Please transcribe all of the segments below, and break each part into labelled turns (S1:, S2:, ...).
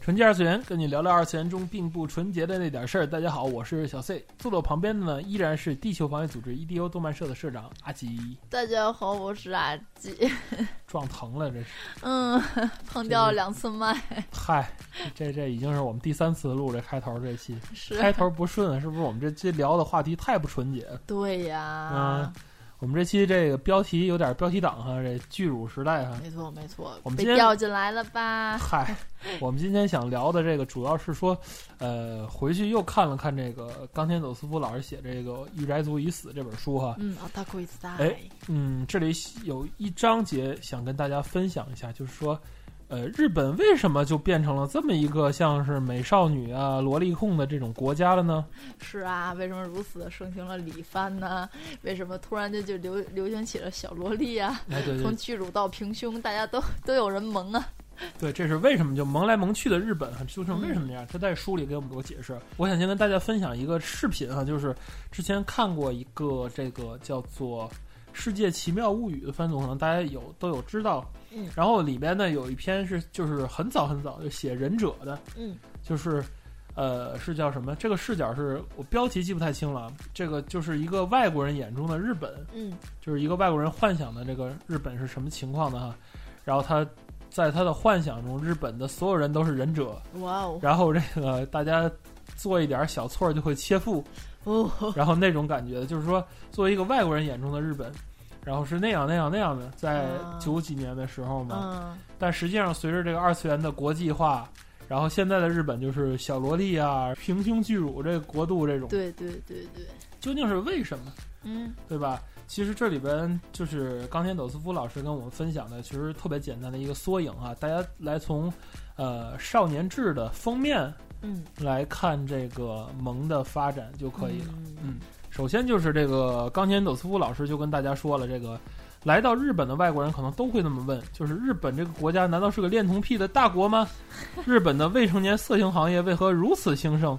S1: 纯洁二次元，跟你聊聊二次元中并不纯洁的那点事儿。大家好，我是小 C，坐在我旁边的呢依然是地球防卫组织 EDO 动漫社的社长阿吉。
S2: 大家好，我是阿吉。
S1: 撞疼了，这是。
S2: 嗯，碰掉了两次麦，
S1: 嗨，这这已经是我们第三次录这开头这期，
S2: 是
S1: 开头不顺，啊是不是我们这期聊的话题太不纯洁了？
S2: 对呀、
S1: 啊我们这期这个标题有点标题党哈，这巨乳时代啊哈。
S2: 没错没错
S1: 我，们
S2: 被
S1: 今天
S2: 调进来了吧？
S1: 嗨，我们今天想聊的这个主要是说，呃，回去又看了看这个冈田走司夫老师写这个《御宅族已死》这本书哈。
S2: 嗯，奥大库伊斯达。
S1: 哎嗯，这里有一章节想跟大家分享一下，就是说，呃，日本为什么就变成了这么一个像是美少女啊、萝莉控的这种国家了呢？
S2: 是啊，为什么如此地盛行了李帆呢？为什么突然间就流流行起了小萝莉啊？
S1: 哎，对对
S2: 从巨乳到平胸，大家都都有人萌啊。
S1: 对，这是为什么就蒙来蒙去的日本啊，究竟为什么这样？他在书里给我们有个解释。我想先跟大家分享一个视频啊，就是之前看过一个这个叫做《世界奇妙物语》的番总，可能大家有都有知道。
S2: 嗯
S1: 然后里边呢有一篇是就是很早很早就写忍者的，
S2: 嗯
S1: 就是呃是叫什么？这个视角是我标题记不太清了。这个就是一个外国人眼中的日本，
S2: 嗯
S1: 就是一个外国人幻想的这个日本是什么情况呢？哈，然后他在他的幻想中，日本的所有人都是忍者，
S2: 哇哦
S1: 然后这个大家做一点小错就会切腹，
S2: 哦，
S1: 然后那种感觉，就是说作为一个外国人眼中的日本，然后是那样那样那样的，在
S2: 啊
S1: 九几年的时候嘛，
S2: 嗯
S1: 但实际上随着这个二次元的国际化。然后现在的日本就是小萝莉啊、平胸巨乳这个国度这种，
S2: 对对对对，
S1: 究竟是为什么？
S2: 嗯
S1: 对吧？其实这里边就是冈田斗司夫老师跟我们分享的，其实特别简单的一个缩影啊。大家来从呃《少年志》的封面
S2: 嗯
S1: 来看这个萌的发展就可以了。
S2: 嗯
S1: 嗯，首先就是这个冈田斗司夫老师就跟大家说了，这个来到日本的外国人可能都会那么问，就是日本这个国家难道是个恋童癖的大国吗？日本的未成年色情行业为何如此兴盛？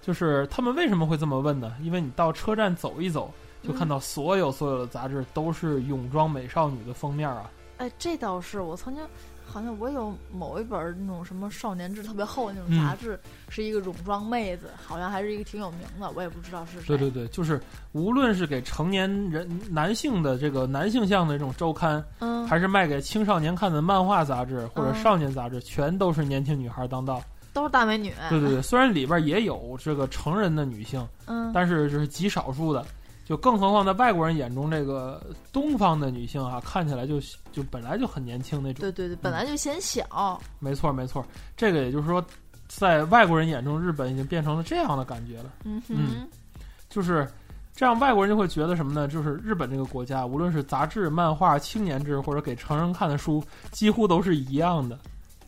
S1: 就是他们为什么会这么问呢？因为你到车站走一走，就看到所有所有的杂志都是泳装美少女的封面啊。
S2: 哎，这倒是，我曾经好像我有某一本儿那种什么少年志特别厚的那种
S1: 嗯
S2: 杂志，是一个泳装妹子，好像还是一个挺有名的，我也不知道是谁。
S1: 对对对，就是无论是给成年人男性的这个男性向的这种周刊，
S2: 嗯，
S1: 还是卖给青少年看的漫画杂志或者少年杂志，全都是年轻女孩当道。
S2: 都是大美女。
S1: 对对对，虽然里边也有这个成人的女性，
S2: 嗯，
S1: 但是就是极少数的。就更何况在外国人眼中，这个东方的女性啊，看起来就就本来就很年轻那种。
S2: 对对对，本来就显小。
S1: 没错没错，这个也就是说，在外国人眼中，日本已经变成了这样的感觉了。
S2: 嗯哼，
S1: 嗯就是这样，外国人就会觉得什么呢？就是日本这个国家，无论是杂志、漫画、青年志，或者给成人看的书，几乎都是一样的。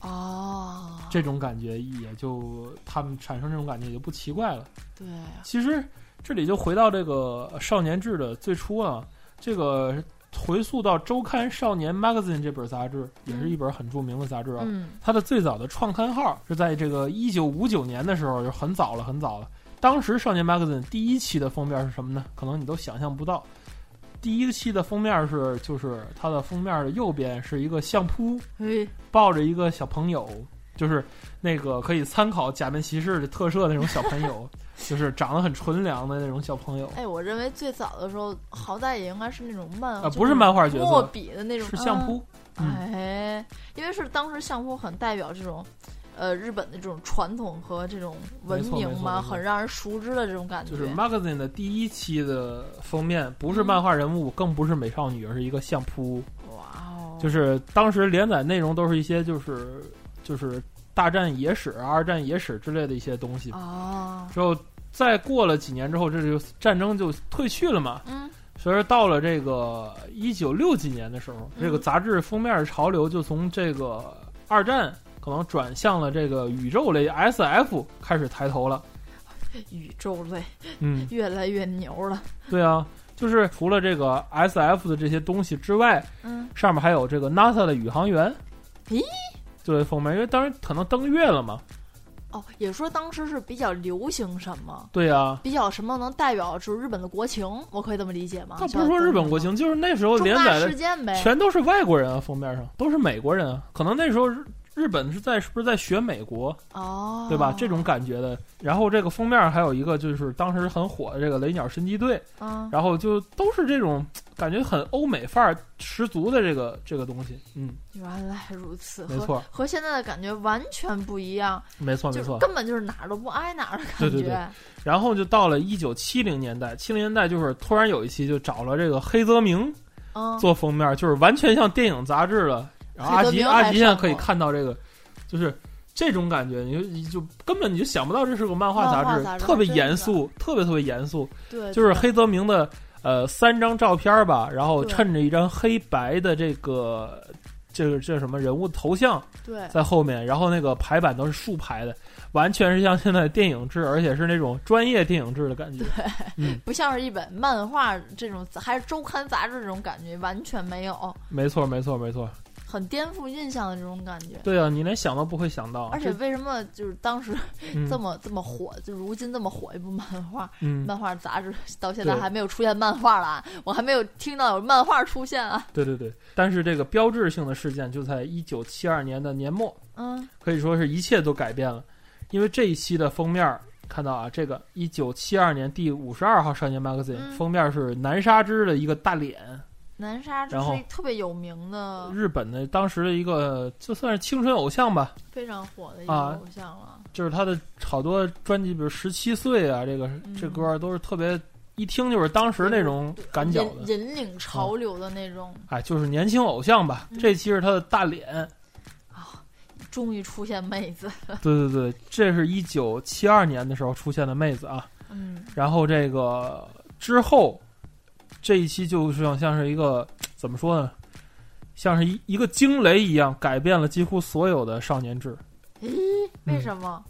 S2: 哦，
S1: 这种感觉也就他们产生这种感觉也就不奇怪了。
S2: 对，
S1: 其实这里就回到这个《少年志》的最初啊，这个回溯到周刊《少年 Magazine》这本杂志，也是一本很著名的杂志啊。
S2: 嗯
S1: 它的最早的创刊号是在这个一九五九年的时候，就很早了，很早了。当时《少年 Magazine》第一期的封面是什么呢？可能你都想象不到。第一期的封面是，就是它的封面的右边是一个相扑，
S2: 嘿，
S1: 抱着一个小朋友，就是那个可以参考假面骑士的特摄那种小朋友，就是长得很纯良的那种小朋友，
S2: 哎，我认为最早的时候，好歹也应该是那种漫，
S1: 啊
S2: 就
S1: 不是漫画角色
S2: 墨笔的那种，
S1: 是相扑。
S2: 嗯。
S1: 嗯，
S2: 哎，因为是当时相扑很代表这种。呃，日本的这种传统和这种文
S1: 没错没
S2: 明
S1: 错没
S2: 嘛，
S1: 错
S2: 很让人熟知的这种感觉。
S1: 就是 magazine 的第一期的封面，不是漫画人物，更不是美少女，而是一个相扑。
S2: 哇哦，
S1: 就是是当时连载内容都是一些就是就是大战野史、啊二战野史之类的一些东西。
S2: 哦，
S1: 之后再过了几年之后，这就战争就退去了嘛。
S2: 嗯
S1: 所以说，到了这个一九六几年的时候，
S2: 嗯
S1: 这个杂志封面潮流就从这个二战可能转向了这个宇宙类 SF 开始抬头 了。
S2: 宇宙类
S1: 嗯，
S2: 越来越牛了。
S1: 对啊，就是除了这个 SF 的这些东西之外，
S2: 嗯，
S1: 上面还有这个 NASA 的宇航员。
S2: 咦？
S1: 作为封面，因为当时可能登月了嘛。
S2: 哦，也说当时是比较流行什么，
S1: 对啊，
S2: 比较什么能代表就是日本的国情，我可以这么理解吗？
S1: 那不是说日本国情，就是那时候
S2: 中
S1: 连
S2: 大
S1: 载
S2: 事
S1: 的
S2: 件呗。
S1: 全都是外国人啊，封面上都是美国人啊。可能那时候日日本是在是不是在学美国？
S2: 哦，
S1: 对吧？这种感觉的。然后这个封面还有一个就是当时很火的这个雷鸟神击队，
S2: 嗯，
S1: 然后就都是这种感觉很欧美范儿十足的这个这个东西。嗯，
S2: 原来如此，
S1: 没
S2: 和
S1: 错，
S2: 和现在的感觉完全不一样，
S1: 没错，没
S2: 就是
S1: 错。
S2: 根本就是哪儿都不挨哪儿的感觉。
S1: 对对对然后就到了一九七零年代，七零年代就是突然有一期就找了这个黑泽明
S2: 嗯，
S1: 做封面，就是完全像电影杂志了。然后
S2: 黑
S1: 阿
S2: 泽
S1: 吉
S2: 明
S1: 阿
S2: 还
S1: 吉现在
S2: 上
S1: 可以
S2: 过
S1: 看到这个，就是。这种感觉，你就你就根本你就想不到这是个漫画
S2: 漫
S1: 杂
S2: 画
S1: 志，
S2: 杂志
S1: 特别
S2: 真
S1: 严
S2: 的
S1: 肃，特别特别严肃。
S2: 对，
S1: 就是
S2: 对
S1: 黑泽明的呃三张照片儿吧，然后
S2: 对
S1: 衬着一张黑白的这个这个这什么人物头像
S2: 对
S1: 在后面，然后那个排版都是竖排的，完全是像现在电影制，而且是那种专业电影制的感觉。嗯，
S2: 不像是一本漫画这种，还是周刊杂志这种感觉，完全没有，
S1: 没错，没错，没错。
S2: 很颠覆印象的这种感觉。
S1: 对啊，你连想都不会想到，啊
S2: 而且为什么就是当时这
S1: 嗯
S2: 么、这么火，就如今这么火一部漫画，
S1: 嗯，
S2: 漫画杂志到现在
S1: 对
S2: 还没有出现漫画啦，我还没有听到有漫画出现啊。
S1: 对对对。但是这个标志性的事件就在一九七二年的年末，
S2: 嗯
S1: 可以说是一切都改变了，因为这一期的封面儿看到啊，这个一九七二年第五十二号少年 magazine、
S2: 嗯
S1: 封面是南沙织的一个大脸，
S2: 南沙这
S1: 然后
S2: 是一特别有名的、
S1: 日本的当时的一个就算是青春偶像吧，
S2: 非常火的一个
S1: 啊
S2: 偶像了。
S1: 就是他的好多专辑，比如十七岁啊，这个、这歌儿都是特别一听就是当时那种赶脚
S2: 引
S1: 的，嗯
S2: 引领潮流的那种，
S1: 哎，就是年轻偶像吧。
S2: 嗯
S1: 这期是他的大脸，
S2: 终于出现妹子，
S1: 对对对，这是一九七二年的时候出现的妹子啊。
S2: 嗯，
S1: 然后这个之后这一期就是像像是一个怎么说呢，像是一一个惊雷一样，改变了几乎所有的少年志。
S2: 咦，为
S1: 嗯
S2: 什么？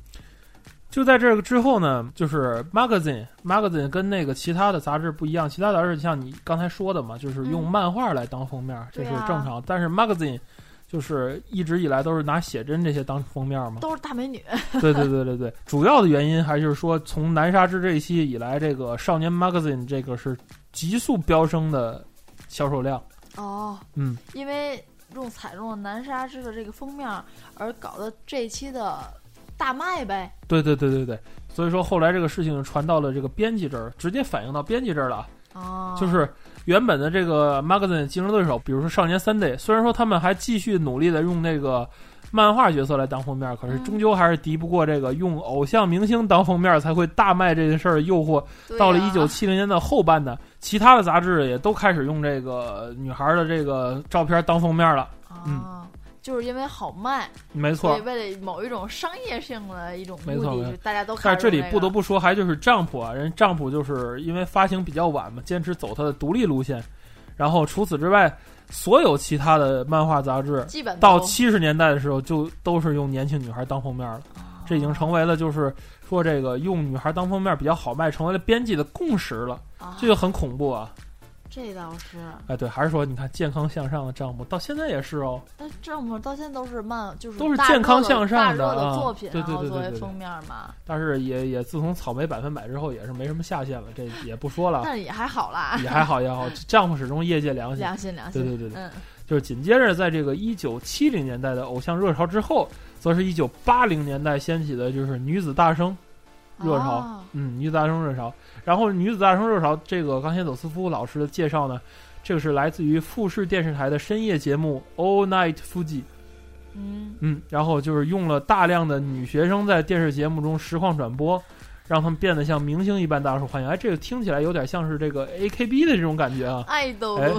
S1: 就在这个之后呢，就是 magazine magazine 跟那个其他的杂志不一样，其他杂志像你刚才说的嘛，就是用
S2: 嗯
S1: 漫画来当封面，这
S2: 对
S1: 是
S2: 啊
S1: 正常。但是 magazine 就是一直以来都是拿写真这些当封面嘛，
S2: 都是大美女，
S1: 对对对对对，主要的原因还就是说，从南沙之这一期以来，这个少年 magazine 这个是急速飙升的销售量。
S2: 哦，
S1: 嗯，
S2: 因为用采用了南沙织的这个封面儿而搞的这一期的大卖呗。
S1: 对对对对对，所以说后来这个事情传到了这个编辑这儿，直接反映到编辑这儿了啊，
S2: 哦，
S1: 就是。原本的这个 magazine 竞争对手，比如说少年 Sunday，虽然说他们还继续努力的用那个漫画角色来当封面，可是
S2: 嗯
S1: 终究还是敌不过这个用偶像明星当封面才会大卖这件事儿的诱惑，
S2: 对啊
S1: 到了
S2: 呀
S1: 一九七零年的后半呢，其他的杂志也都开始用这个女孩的这个照片当封面了。
S2: 啊，就是因为好卖，
S1: 没
S2: 所
S1: 嗯错
S2: 以，为了某一种商业性的一种
S1: 没
S2: 目
S1: 错没
S2: 的，
S1: 错
S2: 就大家都
S1: 在
S2: 开始
S1: 这里
S2: 用个
S1: 不得不说，还就是丈夫啊，人丈夫就是因为发行比较晚嘛，坚持走他的独立路线。然后除此之外，所有其他的漫画杂志
S2: 基本
S1: 到
S2: 都
S1: 七十年代的时候，就都是用年轻女孩当封面了。
S2: 啊
S1: 这已经成为了就是说这个用女孩当封面比较好卖，成为了编辑的共识了。
S2: 啊
S1: 这就很恐怖啊！
S2: 这倒是，
S1: 哎，对，还是说你看健康向上的丈夫到现在也是哦。
S2: 那这么到现在都是漫，就是
S1: 都是
S2: 大
S1: 健康
S2: 热
S1: 向上
S2: 大
S1: 的
S2: 热的
S1: 啊
S2: 作品，
S1: 对对
S2: 然后
S1: 对对
S2: 作为
S1: 对对
S2: 封面嘛，
S1: 但是也也自从草莓百分百之后，也是没什么下限了，这也不说 了，
S2: 但是也还好啦，
S1: 也还好也好，丈夫始终业界良心。
S2: 良心良
S1: 对
S2: 心，
S1: 嗯对对对，
S2: 嗯，
S1: 就是紧接着在这个一九七零年代的偶像热潮之后，则是一九八零年代掀起的就是女子大生，热潮
S2: 啊
S1: 嗯，女子大生热潮。然后女子大生热潮，这个冈田走司夫老师的介绍呢，这个是来自于富士电视台的深夜节目《All Night Fuji》。
S2: 嗯，
S1: 嗯，然后就是用了大量的女学生在电视节目中实况转播，让他们变得像明星一般大受欢迎。哎，这个听起来有点像是这个 AKB 的这种感觉啊。
S2: 爱豆
S1: 哎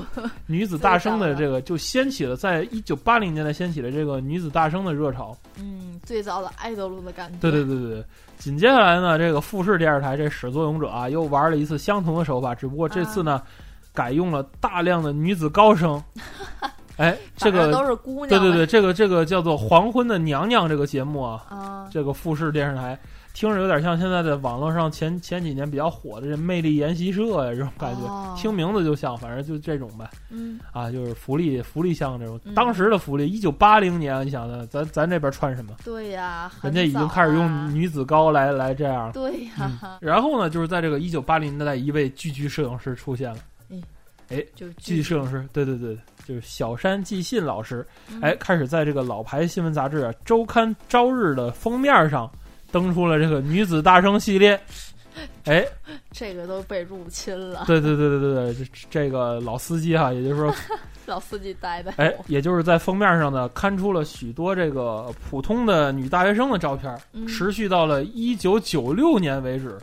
S1: 女子大生的这个就掀起了，在一九八零年代掀起了这个女子大生的热潮。
S2: 嗯，最早的爱豆路的感觉。
S1: 对对对对对。紧接下来呢，这个富士电视台这始作俑者啊，又玩了一
S2: 啊
S1: 次相同的手法，只不过这次呢，改用了大量的女子高声。哎，这
S2: 反正
S1: 个
S2: 都是姑娘，
S1: 对对对，，这个这个叫做《黄昏的娘娘》这个节目啊，
S2: 啊，
S1: 这个富士电视台，听着有点像现在的网络上前前几年比较火的这魅力研习社呀，这种感觉，
S2: 哦
S1: 听名字就像，反正就这种呗。
S2: 嗯，
S1: 啊，就是福利福利项这种，
S2: 嗯
S1: 当时的福利，一九八零年，你想想，咱咱这边穿什么？
S2: 对呀，很
S1: 人家已经
S2: 早
S1: 开始
S2: 啊
S1: 用女嗯子高来来这样了。
S2: 对呀，
S1: 然后呢，就是在这个一九八零年代，一位剧剧摄影师出现了，
S2: 就是
S1: 剧剧摄影师，对对对，就是小山纪信老师，
S2: 嗯
S1: 哎，开始在这个老牌新闻杂志啊《周刊朝日》的封面上登出了这个女子大生系 列。哎，
S2: 这个都被入侵了，
S1: 对对对对对对，这这个老司机哈、也就是 说，
S2: 老司机呆呆，
S1: 哎，也就是在封面上呢刊出了许多这个普通的女大学生的照片，
S2: 嗯
S1: 持续到了一九九六年为止，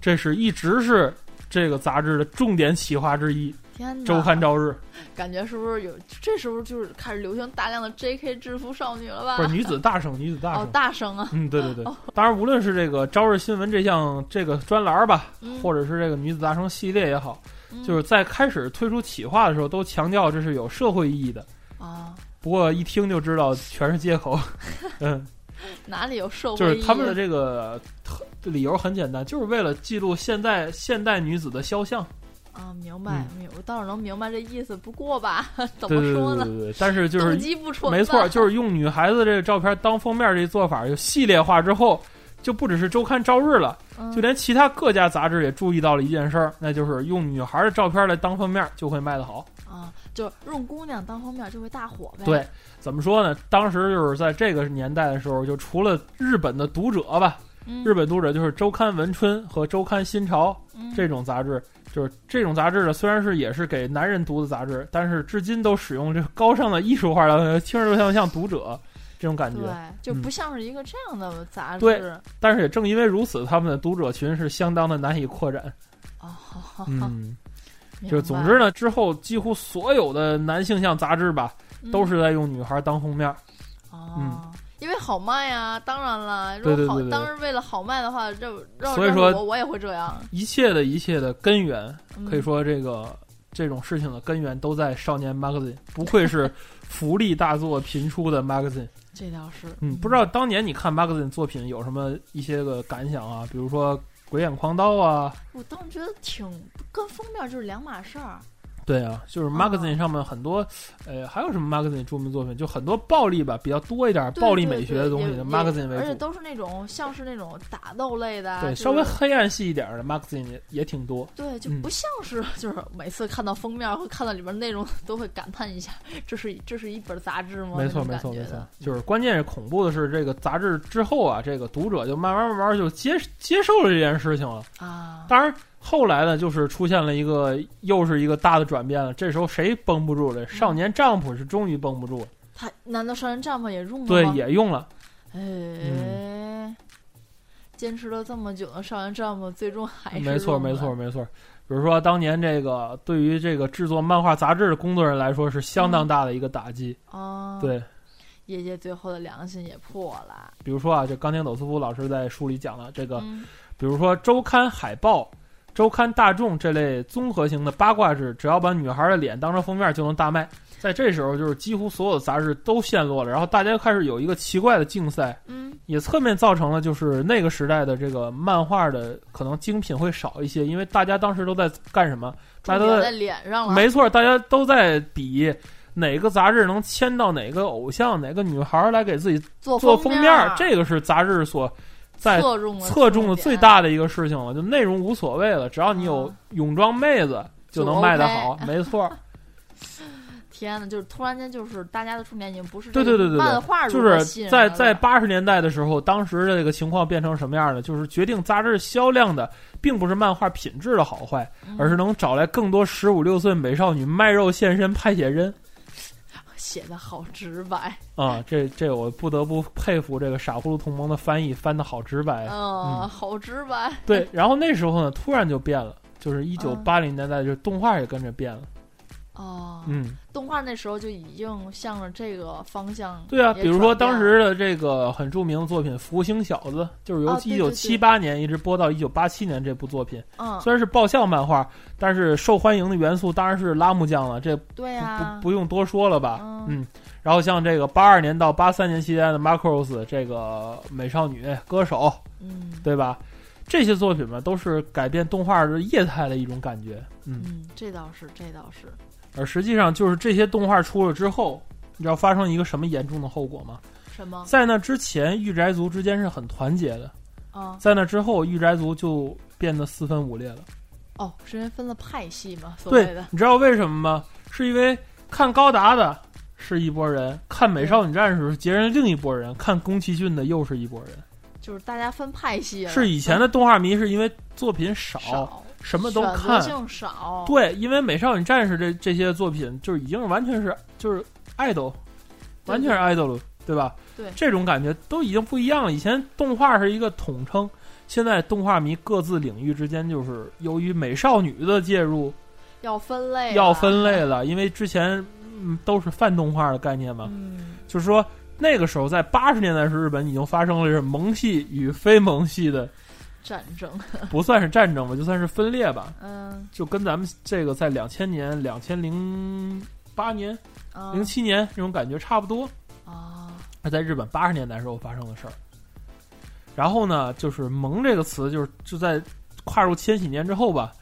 S1: 这是一直是这个杂志的重点企划之一，
S2: 天哪，
S1: 《周刊朝日》
S2: 感觉是不是有这时候就是开始流行大量的 J.K. 制服少女了吧？
S1: 不是女子大生，女子大
S2: 啊哦
S1: 生，。
S2: 大声啊，
S1: 嗯，对对对，当然，无论是这个《朝日新闻》这项这个专栏吧，
S2: 嗯
S1: 或者是这个女子大生系列也好，
S2: 嗯
S1: 就是在开始推出企划的时候，都强调这是有社会意义的。
S2: 啊，
S1: 不过一听就知道全是借 口，嗯，
S2: 哪里有社会
S1: 就是他们
S2: 意
S1: 的
S2: 义
S1: 这个理由很简单，就是为了记录现代现代女子的肖像。
S2: 啊？明白，明我倒是能明白这意思，不过吧，
S1: 嗯
S2: 怎么
S1: 对对
S2: 说
S1: 对
S2: 呢？
S1: 对对，但是就是
S2: 动机不纯吧，
S1: 没错，就是用女孩子这个照片当封面这做法，就系列化之后。就不只是周刊《朝日》了，
S2: 嗯
S1: 就连其他各家杂志也注意到了一件事儿，那就是用女孩的照片来当封面就会卖得好。
S2: 啊，就是用姑娘当封面就会大火呗。
S1: 对，怎么说呢？当时就是在这个年代的时候，就除了日本的读者吧，
S2: 嗯，
S1: 日本读者就是《周刊文春》和《周刊新潮》
S2: 嗯
S1: 这种杂志，就是这种杂志呢，虽然是也是给男人读的杂志，但是至今都使用这高尚的艺术化来听着就像像读者这种感觉。
S2: 对，就
S1: 嗯
S2: 不像是一个这样的杂志。
S1: 对但是也正因为如此，他们的读者群是相当的难以扩展。
S2: 哦，好好 好，
S1: 嗯，
S2: 明
S1: 就是
S2: 白
S1: 总之呢，之后几乎所有的男性向杂志吧，都是在用女孩当封面儿。
S2: 嗯哦。因为好卖呀，当然了，如
S1: 对对
S2: 果好，
S1: 对对对
S2: 当时为了好卖的话，这让
S1: 所以说
S2: 让我我也会这样，
S1: 一切的一切的根源
S2: 嗯
S1: 可以说这个这种事情的根源都在《少年 Magazine》，不愧是福利大作频出的 Magazine。
S2: 这倒是，
S1: 嗯，不知道当年你看 Magazine 作品有什么一些个感想啊？比如说《鬼眼狂刀》啊，
S2: 我当时觉得挺跟封面就是两码事儿，
S1: 对啊，就是
S2: 哦
S1: Magazine 上面很多，呃，还有什么 Magazine 著名作品？就很多暴力吧，比较多一点
S2: 对
S1: 暴力
S2: 对
S1: 美学
S2: 对
S1: 的东
S2: 也
S1: 西的
S2: 也
S1: Magazine
S2: 而且
S1: 为主。
S2: 都是那种像是那种打斗类的啊，
S1: 对，
S2: 就是
S1: 稍微黑暗系一点的 magazine 也也挺多。
S2: 对，就
S1: 嗯
S2: 不像是、就是每次看到封面会看到里边内容都会感叹一下，这是这是一本杂志吗？
S1: 没错，没
S2: 那种
S1: 错，
S2: 感
S1: 没
S2: 觉嗯
S1: 错
S2: 的。
S1: 就是关键是恐怖的是，这个杂志之后啊，这个读者就慢慢慢慢就接接受了这件事情了。
S2: 啊，
S1: 当然，后来呢，就是出现了一个又是一个大的转变了。这时候谁绷不
S2: 嗯
S1: 住了？少年丈夫是终于绷不住了，
S2: 他难道少年战吗也用了
S1: 对，
S2: 吗
S1: 也嗯用了。
S2: 哎。坚持了这么久的少年战吗？最终还是
S1: 没错，
S2: 用了
S1: 没错，。没错。比如说，当年这个对于这个制作漫画杂志的工作人来说是相
S2: 嗯
S1: 当大的一个打击。
S2: 哦，，
S1: 对，
S2: 业界最后的良心也破了。
S1: 比如说啊，这冈田斗司夫老师在书里讲了这个，
S2: 嗯，
S1: 比如说周刊海报、周刊大众这类综合型的八卦志，只要把女孩的脸当成封面就能大卖。在这时候，就是几乎所有的杂志都陷落了，然后大家开始有一个奇怪的竞赛，
S2: 嗯，
S1: 也侧面造成了就是那个时代的这个漫画的可能精品会少一些，因为大家当时都在干什么？大
S2: 重
S1: 家都
S2: 点
S1: 在
S2: 在脸上了。
S1: 没错，大家都在比哪个杂志能签到哪个偶像、哪个女孩来给自己
S2: 做
S1: 做
S2: 封
S1: 封
S2: 面
S1: 面
S2: 儿
S1: 儿，这个是杂志所在
S2: 侧重了
S1: 侧重的最
S2: 重点
S1: 大的一个事情了，就内容无所谓了，只要你有
S2: 啊
S1: 泳装妹子就能卖得好，
S2: 就
S1: 没 错儿，
S2: 天呐，就是突然间，就是大家的重点已经不是
S1: 对
S2: 这个
S1: 对对对对
S2: 漫画如
S1: 就
S2: 何吸
S1: 是
S2: 引
S1: 在
S2: 人
S1: 在
S2: 了
S1: 八十年代的时候，当时的这个情况变成什么样呢？就是决定杂志销量的，并不是漫画品质的好坏，
S2: 嗯
S1: 而是能找来更多十五六岁美少女卖肉现身拍写真
S2: 写的好直白，
S1: 啊！这这我不得不佩服这个傻葫芦同盟的翻译翻的好直白啊。
S2: 嗯，
S1: 嗯
S2: 好直白，
S1: 对，
S2: 啊
S1: 然后那时候呢，突然就变了，就是一九八零年代，就是动画也跟着变了。
S2: 哦，
S1: 嗯，
S2: 动画那时候就已经向着这个方向。
S1: 对啊，比如说当时的这个很著名的作品《福星小子》，就是由
S2: 啊对
S1: 一
S2: 对
S1: 九
S2: 对
S1: 七八年一直播到一九八七年这部作品，
S2: 嗯，
S1: 虽然是爆笑漫画，但是受欢迎的元素当然是拉姆酱了，这不
S2: 对
S1: 不
S2: 啊，
S1: 不用多说了吧？
S2: 嗯
S1: 嗯，然后像这个八二年到八三年期间的 Marcos 这个美少女歌手，
S2: 嗯
S1: 对吧？这些作品嘛，都是改变动画的业态的一种感觉。嗯，
S2: 嗯，这倒是，这倒是，
S1: 而实际上就是这些动画出了之后，你知道发生一个什么严重的后果吗？
S2: 什么
S1: 在那之前，御宅族之间是很团结的，
S2: 啊？
S1: 在那之后，御宅族就变得四分五裂了。
S2: 哦，是因为分了派系嘛，所谓
S1: 对
S2: 的，
S1: 你知道为什么吗？是因为看高达的是一拨人，看美少女战士是截然另一拨人，看宫崎骏的又是一拨人。
S2: 就是大家分派系了，
S1: 是以前的动画迷是因为作品少，
S2: 少，
S1: 什么都
S2: 选择
S1: 看。
S2: 性少，
S1: 对，因为美少女战士这这些作品就是已经完全是就是爱豆，
S2: 对
S1: 完全是爱豆了，对吧？
S2: 对
S1: 这种感觉都已经不一样了。以前动画是一个统称，现在动画迷各自领域之间就是由于美少女的介入
S2: 要分类，
S1: 要分类，了，因为之前嗯都是泛动画的概念嘛，
S2: 嗯，
S1: 就是说那个时候在八十年代时日本已经发生了是萌系与非萌系的，
S2: 战争，
S1: 不算是战争吧，就算是分裂吧，
S2: 嗯
S1: 就跟咱们这个在两千年、两千零八年、
S2: 啊
S1: 零七年这种感觉差不多。
S2: 啊，
S1: 那在日本八十年代时候发生的事儿。然后呢，就是“萌”这个词，就是就在跨入千禧年之后吧，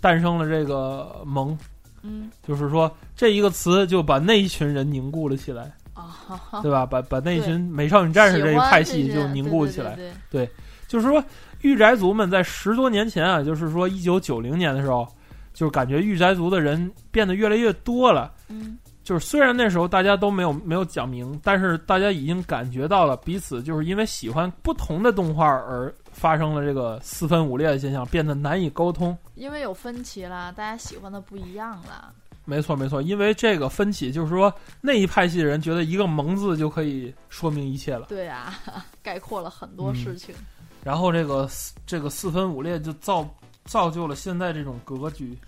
S1: 诞生了这个“萌
S2: 嗯”，
S1: 就是说这一个词就把那一群人凝固了起来，
S2: 啊，哈哈
S1: 对吧？把把那一
S2: 对
S1: 群美少女战士
S2: 喜
S1: 这一
S2: 欢
S1: 派系
S2: 些
S1: 就凝固
S2: 对对
S1: 起来。
S2: 对对
S1: 就是说，御宅族们在十多年前啊，就是说一九九零年的时候，就是感觉御宅族的人变得越来越多了。
S2: 嗯
S1: 就是虽然那时候大家都没有没有讲明，但是大家已经感觉到了彼此就是因为喜欢不同的动画而发生了这个四分五裂的现象，变得难以沟通。
S2: 因为有分歧啦，大家喜欢的不一样啦。
S1: 没错，没错，因为这个分歧，就是说那一派系的人觉得一个“萌”字就可以说明一切了，
S2: 对啊， 概括了很多
S1: 嗯
S2: 事情。
S1: 然后这个四这个四分五裂就造造就了现在这种格局。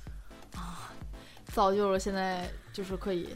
S2: 造就了现在就是可以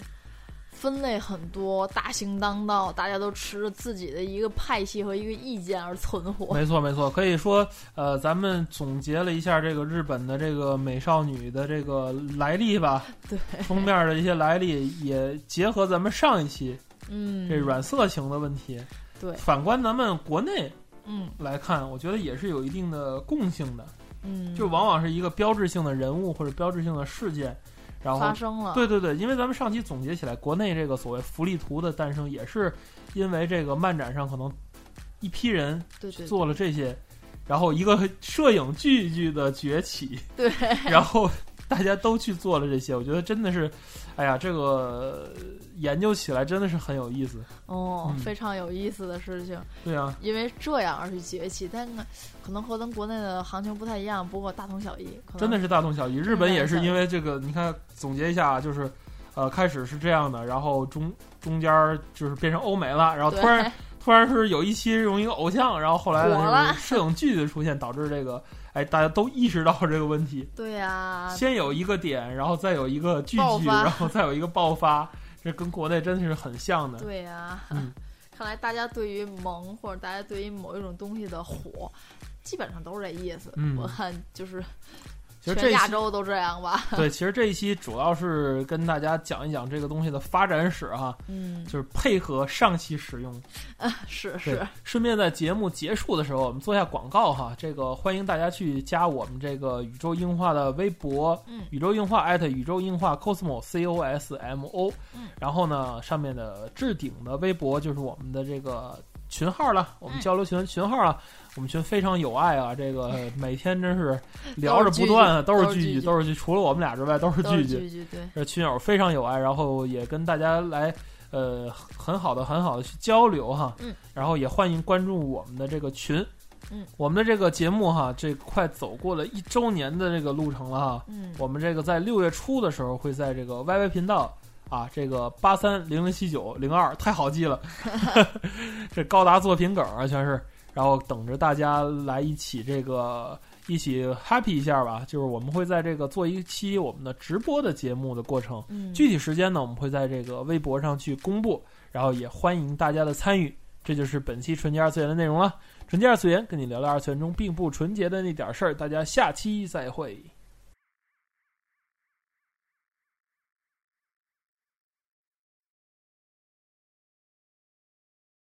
S2: 分类很多，大行当道，大家都持着自己的一个派系和一个意见而存活。
S1: 没错，没错，可以说，呃，咱们总结了一下这个日本的这个美少女的这个来历吧，
S2: 对，
S1: 封面的一些来历，也结合咱们上一期
S2: 嗯，
S1: 这软色情的问题。
S2: 对
S1: 反观咱们国内
S2: 嗯
S1: 来看，我觉得也是有一定的共性的，
S2: 嗯，
S1: 就往往是一个标志性的人物或者标志性的事件，然后
S2: 发生了，
S1: 对对对，因为咱们上期总结起来，国内这个所谓福利图的诞生，也是因为这个漫展上可能一批人
S2: 对对
S1: 做了这些，然后一个摄影剧剧的崛 起，
S2: 对，
S1: 然后大家都去做了这些，我觉得真的是，哎呀，这个呃研究起来真的是很有意思。
S2: 哦、
S1: 嗯
S2: 非常有意思的事情，
S1: 对啊，
S2: 因为这样而去崛起，但可能和咱国内的行情不太一样，不过大同小异，可能
S1: 真的是大同小异。日本也是因为这个，你看总结一下啊，就是，呃，开始是这样的，然后中中间儿就是变成欧美了，然后
S2: 对
S1: 突然突然是有一期用一个偶像，然后后来呢
S2: 火了
S1: 就是摄影剧的出现，导致这个，哎，大家都意识到这个问题，
S2: 对啊呀、
S1: 先有一个点，然后再有一个聚
S2: 爆
S1: 集，
S2: 发
S1: 然后再有一个爆发，这跟国内真的是很像的。
S2: 对呀、
S1: 嗯
S2: 看来大家对于萌或者大家对于某一种东西的火，基本上都是这意思。
S1: 嗯
S2: 我看就是
S1: 其实这
S2: 全
S1: 一
S2: 亚
S1: 期
S2: 洲都这样吧。
S1: 对，其实这一期主要是跟大家讲一讲这个东西的发展史哈，
S2: 嗯，
S1: 就是配合上期使用。
S2: 是
S1: 对
S2: 是，，
S1: 顺便在节目结束的时候，我们做一下广告哈。这个欢迎大家去加我们这个宇宙硬化的微博，
S2: 嗯
S1: 宇宙硬化艾特宇宙硬化 cosmo c o s m o，
S2: 嗯
S1: 然后呢，上面的置顶的微博就是我们的这个群号了，我们
S2: 嗯
S1: 交流群群号了。我们群非常有爱啊，这个每天真 是聊着不断啊，
S2: 都
S1: 都是
S2: 是聚
S1: 聚
S2: 聚
S1: 聚，都是聚，除了我们俩之外都是
S2: 都
S1: 聚
S2: 是
S1: 聚。
S2: 聚聚对，
S1: 这群呃友非常有爱，然后也跟大家来呃很好的很好的去交流哈，
S2: 嗯，
S1: 然后也欢迎关注我们的这个群，
S2: 嗯，
S1: 我们的这个节目哈，这快走过了一周年的这个路程了哈，
S2: 嗯，
S1: 我们这个在六月初的时候会在这个 YY 频道。啊，这个八三零零七九零二太好记了，这高达作品梗啊，全是。然后等着大家来一起这个一起 happy 一下吧。就是我们会在这个做一期我们的直播的节目的过程，
S2: 嗯，
S1: 具体时间呢，我们会在这个微博上去公布，然后也欢迎大家的参与。这就是本期纯洁二次元的内容了。纯洁二次元跟你聊聊二次元中并不纯洁的那点事儿，大家下期再会。